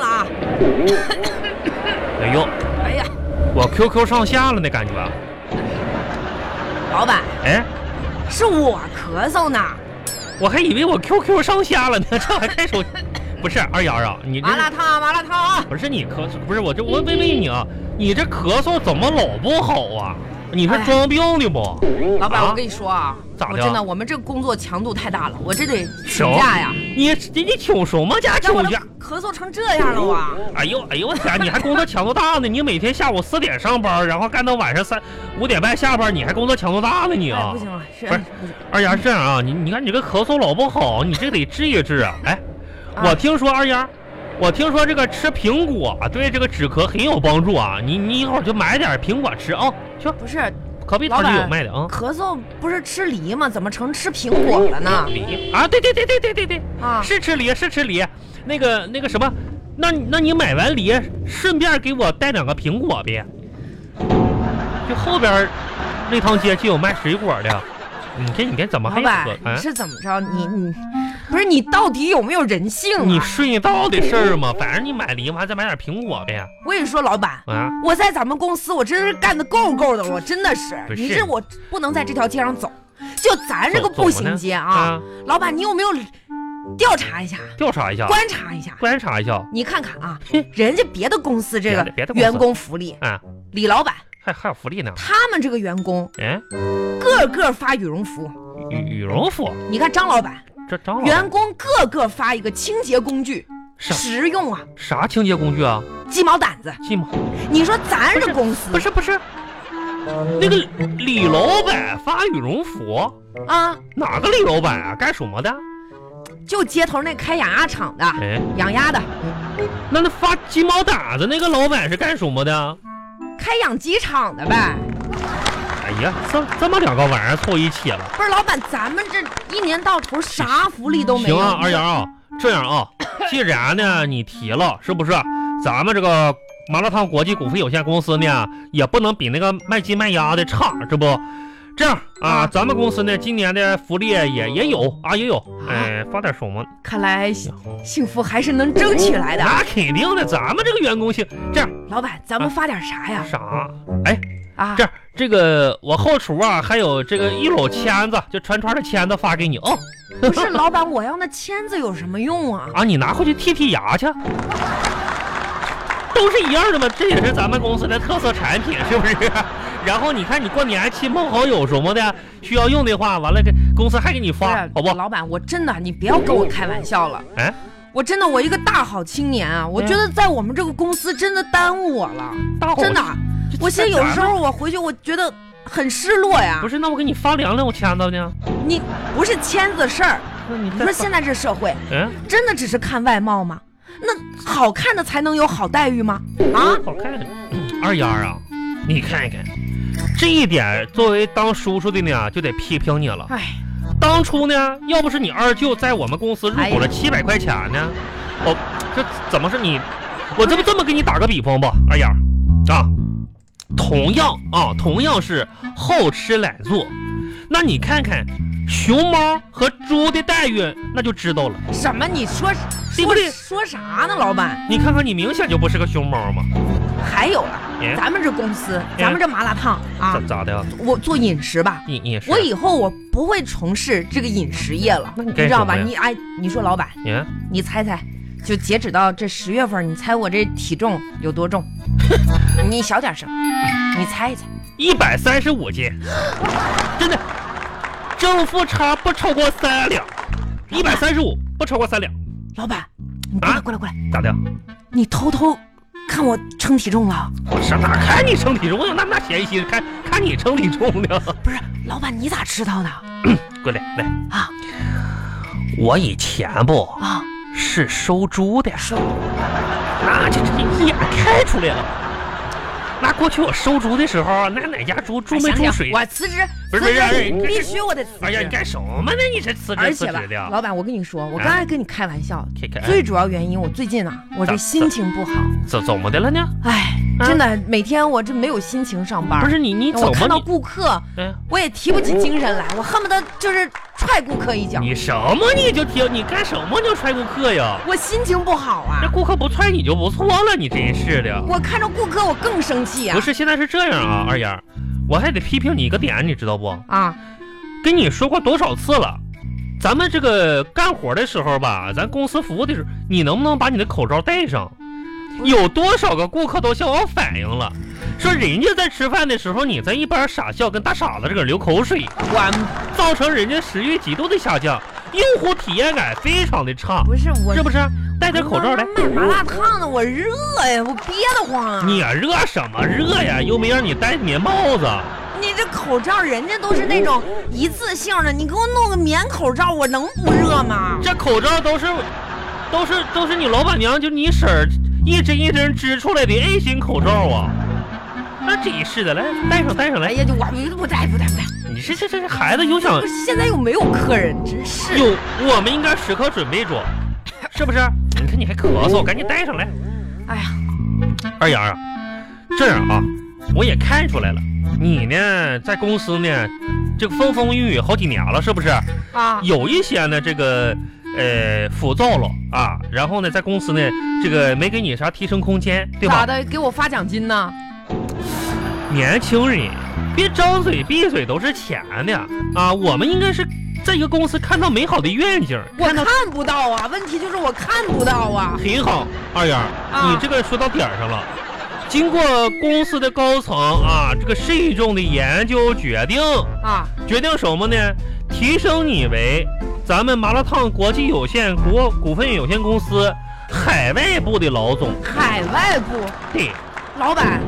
啊哎呦，哎呀，我 QQ 上下了那感觉啊。老板，哎，是我咳嗽呢。我还以为我 QQ 上下了呢， 这还开手。不是二丫啊，你这麻辣烫啊，麻辣烫啊！不是你咳嗽，不是我这我问问你啊，你这咳嗽怎么老不好啊？你是哎装病的不？老板，啊我跟你说啊，咋的我真的，我们这个工作强度太大了，我这得请假呀，你你你请什么假让我请都假？咳嗽成这样了，啊我。哎呦哎呦我天，你还工作强度大呢？你每天下午四点上班，然后干到晚上三五点半下班，你还工作强度大呢你哎，啊不？行了，是不是不是二丫是这样啊，你你看你这咳嗽老不好，你这得治一治啊。哎，啊我听说二丫，我听说这个吃苹果对这个止咳很有帮助啊。你你一会儿就买点苹果吃啊，去不是隔壁摊儿老就板有卖的啊。咳嗽不是吃梨吗？怎么成吃苹果了呢？梨啊，对对对对对对对，啊，是吃梨是吃梨，那个那个什么，那你那你买完梨，顺便给我带两个苹果呗。就后边儿那趟街就有卖水果的，你这你这怎么老还板有，你啊？是怎么着？你你不是你到底有没有人性你啊？顺道的事儿嘛，反正你买梨嘛，再买点苹果呗。我跟你说，老板。啊，我在咱们公司，我真是干的够够的了，我真的是，不是你这我不能在这条街上走，就咱这个走走步呢行街啊，啊，老板，你有没有调查一下、调查一下，观察一下？观察一下你看看啊嘿，人家别的公司这别个的别的公司员工福利，啊，李老板还还有福利呢。他们这个员工哎，个个发羽绒服，羽羽绒服，你看张老板，这张老员工个个发一个清洁工具，啥实用啊，啥清洁工具啊？鸡毛掸子。进吗？你说咱这公司不是不是，那个李老板发羽绒服，啊，哪个李老板啊？干什么的？就街头那开养鸭场的、哎，养鸭的，那那发鸡毛掸子那个老板是干什么的？开养鸡场的呗。哎呀，这这么两个玩意儿凑一起了，不是老板，咱们这一年到头啥福利都没行有。啊，二丫啊，这 样啊，既然呢你提了，是不是？咱们这个麻辣烫国际股份有限公司呢，也不能比那个卖鸡卖鸭的差，这不？这样啊，啊咱们公司呢今年的福利也也有啊，也有，哎，发点什么？看来幸福还是能争取来的。那肯定的，咱们这个员工性这样老板，咱们发点啥呀？啥？哎啊这，样，这个我后厨啊，还有这个一篓签子，就串串的签子发给你哦。不是老板，我要那签子有什么用啊？啊，你拿回去剔剔牙去，都是一样的嘛，这也是咱们公司的特色产品，是不是？ 然后你看，你过年亲朋好友什么的需要用的话，完了给公司还给你 发，好不不是？？老板，我真的，你不要跟我开玩笑了。哎，我真的，我一个大好青年嗯啊，我觉得在我们这个公司真的耽误我了，大伙真的。哦啊这我现在有时咱们候我回去，我觉得很失落呀不。是，那我给你发两两签子呢？你不是签字事 儿，那你你再说发现在这社会嗯，真的只是看外貌吗？那好看的才能有好待遇吗？啊，好看。二丫啊，你看一看，这一点作为当叔叔的呢，就得批评你了。哎，当初呢，要不是你二舅在我们公司入股哎了七百块钱呢，哦，这怎么是你？我这不这么给你打个比方吧，二丫啊，同样啊，同样是好吃懒做，那你看看熊猫和猪的待遇，那就知道了。什么？你说对说不对说啥呢，老板？你看看你明显就不是个熊猫嘛，还有了哎，咱们这公司，咱们这麻辣烫啊咋，咋的？我做饮食吧，你你也是我？以后我不会从事这个饮食业了，那你你干知道什么吧？呀你哎，你说老板，你你猜猜，就截止到这十月份，你猜我这体重有多重？ 你小点声，你猜一猜。一百三十五斤，真的，正负差不超过三两，一百三十五不超过三两，老板，你过来啊过来过来，咋的？你偷偷看我称体重了？我上哪看你称体重？我有那么大闲心看看你称体重呢？不是，老板你咋知道的？过来来啊！我以前不啊，是收猪的，收那这这一眼看出来了。那过去我收猪的时候，那哪家猪猪没哎猪想水想？我辞职，不是辞不是职不是必须我得辞职。哎呀，你干什么呢？你这辞而职辞且吧职，的，啊老板，我跟你说，我刚才跟你开玩笑，开开最主要原因我最近啊，我咋这心情不好。怎怎么的了呢？哎，啊真的，每天我这没有心情上班。不，是你你怎啊我么看到你？顾客，哎呀我也提不起精神来，我恨不得就是踹顾客一脚。你什么你就听，你干什么就踹顾客呀？我心情不好啊这，顾客不踹你就不错了，你真是的。我看着顾客我更生气呀、嗯不是，现在是这样啊，二丫，我还得批评你一个点，你知道不？啊，跟你说过多少次了，咱们这个干活的时候吧，咱公司服务的时候，你能不能把你的口罩戴上？不是有多少个顾客都向我反映了，说人家在吃饭的时候，你在一边傻笑，跟大傻子这个流口水，我造成人家食欲极度的下降，用户体验感非常的差，不是我是不是？戴点口罩来。买麻辣烫呢，我热呀，我憋得慌啊。你热什么热呀？又没让你戴棉帽子。你这口罩，人家都是那种一次性的，你给我弄个棉口罩，我能不热吗？这口罩都是，都是都是你老板娘就你婶儿一针一针织出来的 A 型口罩啊，那真是的，来戴上戴上哎来，呀，就我不戴不戴不戴，你这这这这孩子有想不是现在又没有客人，真是。有，我们应该时刻准备着，是不是？你看你还咳嗽，赶紧戴上来。哎呀，二丫啊，这样啊，我也看出来了，你呢在公司呢，这个风风雨雨好几年了，是不是？啊，有一些呢，这个呃浮躁了啊，然后呢，在公司呢，这个没给你啥提升空间，对咋吧？的？给我发奖金呢？年轻人，别张嘴闭嘴都是钱的啊！我们应该是在一个公司看到美好的愿景，我看到看不到啊，问题就是我看不到啊。很好。二丫，啊你这个说到点儿上了。经过公司的高层啊，这个慎重的研究决定，啊，决定什么呢？提升你为咱们麻辣烫国际有限国股份有限公司海外部的老总。海外部对，老板，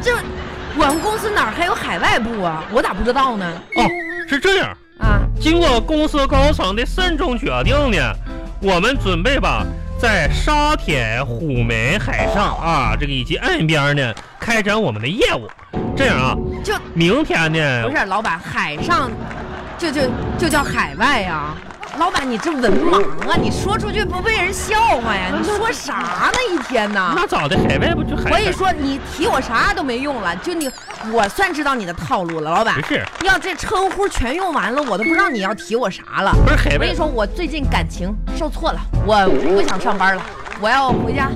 这我们公司哪儿还有海外部啊？我咋不知道呢？哦，是这样。啊，经过公司高层的慎重决定呢，我们准备吧，在沙田、虎门海上啊，这个以及岸边呢，开展我们的业务。这样啊，就明天呢不，是老板，海上就就就叫海外呀、老板，你这文盲啊！你说出去不被人笑话 呀？你说啥呢？一天呢？那咋的？海外不就啊海？我跟你，说，你提我啥都没用了，就你，我算知道你的套路了，老板不。是，要这称呼全用完了，我都不知道你要提我啥了。不是海我跟外你，说，我最近感情受挫了，我不想上班了，我要回家，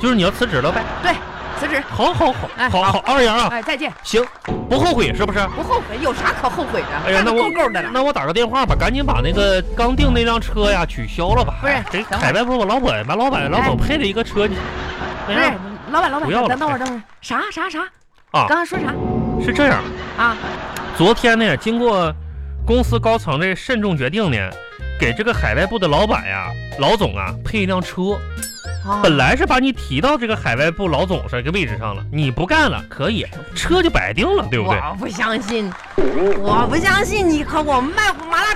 就是你要辞职了呗？对，辞职。好好好，哎好好，二丫啊，哎，再见，行，不后悔是不是？不后悔，有啥可后悔的？哎呀，干那得我够够的了。那我打个电话吧，赶紧把那个刚订那辆车呀取消了吧。不是哎这等会儿哎海外不是我老板把老板老总配了一个车，你不哎是呀，老板，老板，不要了哎等等会儿，等会儿，啥啥啥？啊刚才说啥是这样。啊？昨天呢，经过公司高层的慎重决定呢，给这个海外部的老板呀、老总啊配一辆车。啊本来是把你提到这个海外部老总上这个位置上了，你不干了，可以，车就摆定了，对不对？我不相信，我不相信你可我卖麻辣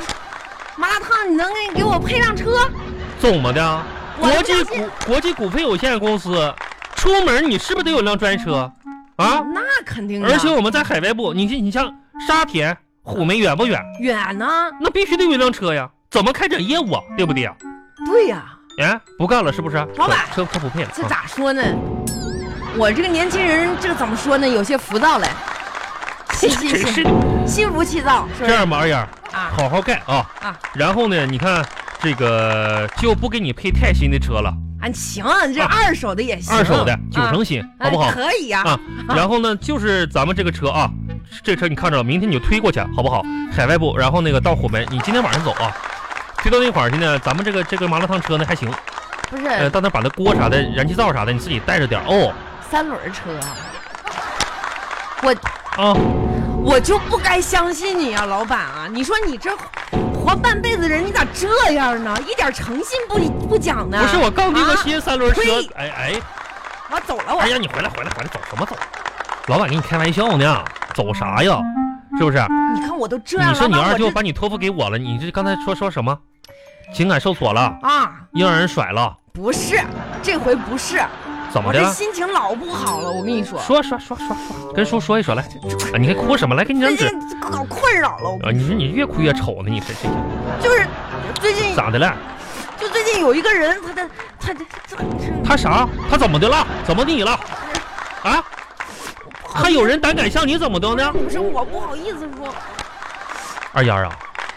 麻辣烫，你能给给我配辆车？怎么的？我国际不相股国际股份有限公司，出门你是不是得有辆专车啊？那肯定的，而且我们在海外部，你这你像沙田、虎门远不远？远呢。那必须得有一辆车呀，怎么开展业务啊？对不对呀、对呀、哎，不干了是不是？老板车车不配了。这啊咋说呢？我这个年轻人，这个怎么说呢？有些浮躁了，心心 真是心的心浮气躁，是不这是样吧，二丫，啊？好好干啊。啊然后呢，你看这个就不给你配太新的车了，俺行，啊这二手的也行，啊二手的啊九成新，好不哎好？可以呀、啊，然后呢，就是咱们这个车啊，这车你看着了，明天你就推过去，好不好？海外部，然后那个到虎门，你今天晚上走啊，推到那块儿去呢，咱们这个这个麻辣烫车呢还行，不是、呃，到那把那锅啥的、燃气灶啥的，你自己带着点儿哦。三轮车啊，啊，我就不该相信你啊，老板啊！你说你这活半辈子人，你咋这样呢？一点诚信不不讲呢？不是，我刚提个新三轮车推，哎哎，我走了，我、哎呀，你回来回来回来，走什么走？老板跟你开玩笑呢，走啥呀？是不是？你看我都这样了，你说你啊老板二舅我把你托付给我了，你这刚才说说什么？情感受挫了，这啊，又让人甩了，不是，这回不是，怎么我的这？心情老不好了，我跟你说，说说说说说，跟叔说一说来。啊，你还哭什么？来，给你张最纸。近搞困扰了，啊，你说你越哭越丑呢，你这这就是最近嗯咋的了？就最近有一个人，他的他的他他啥？他怎么的了？怎么你了？啊？还有人胆敢向你怎么的呢？不是我不好意思说，二丫啊，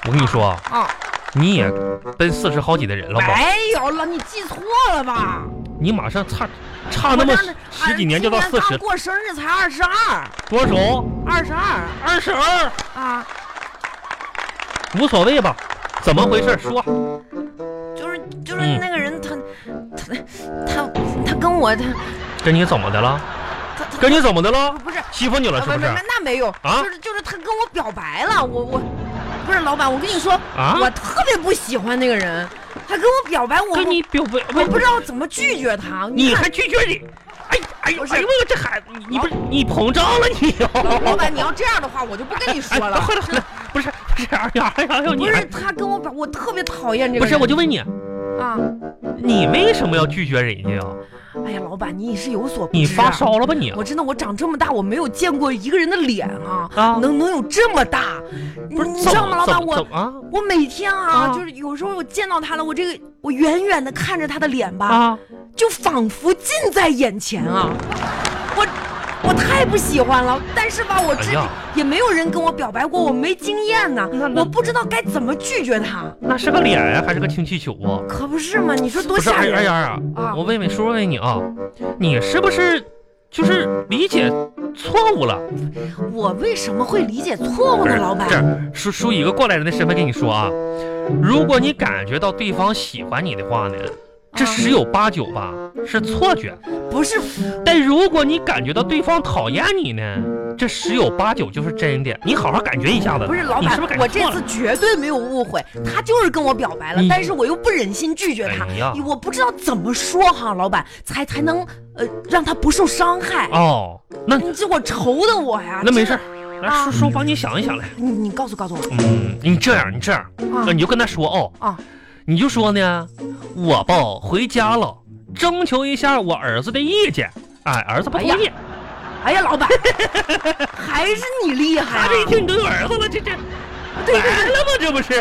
我跟你说，啊，啊，你也奔四十好几的人了吧？没有了，你记错了吧？你马上差差啊那么我这儿十几年就到俺今四年十刚，过生日才二十二，多少？二十二二十二，啊，无所谓吧？怎么回事？说，就是就是嗯那个人他、他他他跟我他跟你怎么的了？他他跟你怎么的了？不是。欺负你了啊是不是？没没那没有，啊就是就是他跟我表白了，我我不是老板，我跟你说，啊我特别不喜欢那个人，他跟我表白，我跟你表白，我不知道怎么拒绝他。你看还拒绝你？哎哎呦不是哎呦，这孩子，你你不是你膨胀了你？老老板，你要这样的话，我就不跟你说哦哎了。回来回来，不是不是，哎呀哎呀哎呦你不是他跟我表，我特别讨厌这个不人。是，我就问你，啊，你为什么要拒绝人家呀？哎呀，老板，你也是有所不知、啊。你发烧了吧你？我真的，我长这么大，我没有见过一个人的脸啊，啊能能有这么大？嗯不是，你知道吗，老板？我啊我每天啊，啊就是有时候我见到他了，我这个我远远的看着他的脸吧，啊，就仿佛近在眼前嗯啊，我我太不喜欢了。但是吧，我哎这呀也没有人跟我表白过，我没经验呢那，那我不知道该怎么拒绝他。那是个脸呀，还是个氢气球啊？可不是嘛，你说多不是，吓哎哎人！呀啊啊！我问问叔叔问你啊，你是不是就是理解错误了？我为什么会理解错误不是呢，老哎这板？样，叔叔以一个过来人的身份跟你说啊，如果你感觉到对方喜欢你的话呢，这啊十有八九吧是错觉；不是但如果你感觉到对方讨厌你呢，这十有八九就是真的。你好好感觉一下子，不是老你板是不是，我感觉这错次了？绝对没有误会，他就是跟我表白了你，但是我又不忍心拒绝他哎呀，我不知道怎么说哈，老板才才能呃让他不受伤害。哦，那你这我愁的我呀，那没事真儿的，，来啊叔叔帮你想一想来。你你告诉告诉我嗯，你这样，你这样，啊呃你就跟他说哦，啊你就说呢，我吧回家了，征求一下我儿子的意见。哎，儿子不同哎意，哎呀，老 板，还是你厉害、他啊！这一听你都有儿子了，这这对对完了吗？这不是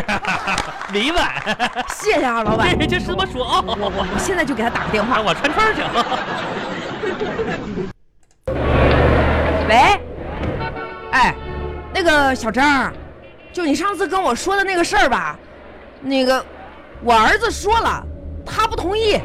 委婉，谢谢啊，老板， 这就这么说啊。我我我现在就给他打个电话。我串串去了。喂，哎，那个小张，就你上次跟我说的那个事儿吧，那个我儿子说了，他不同意，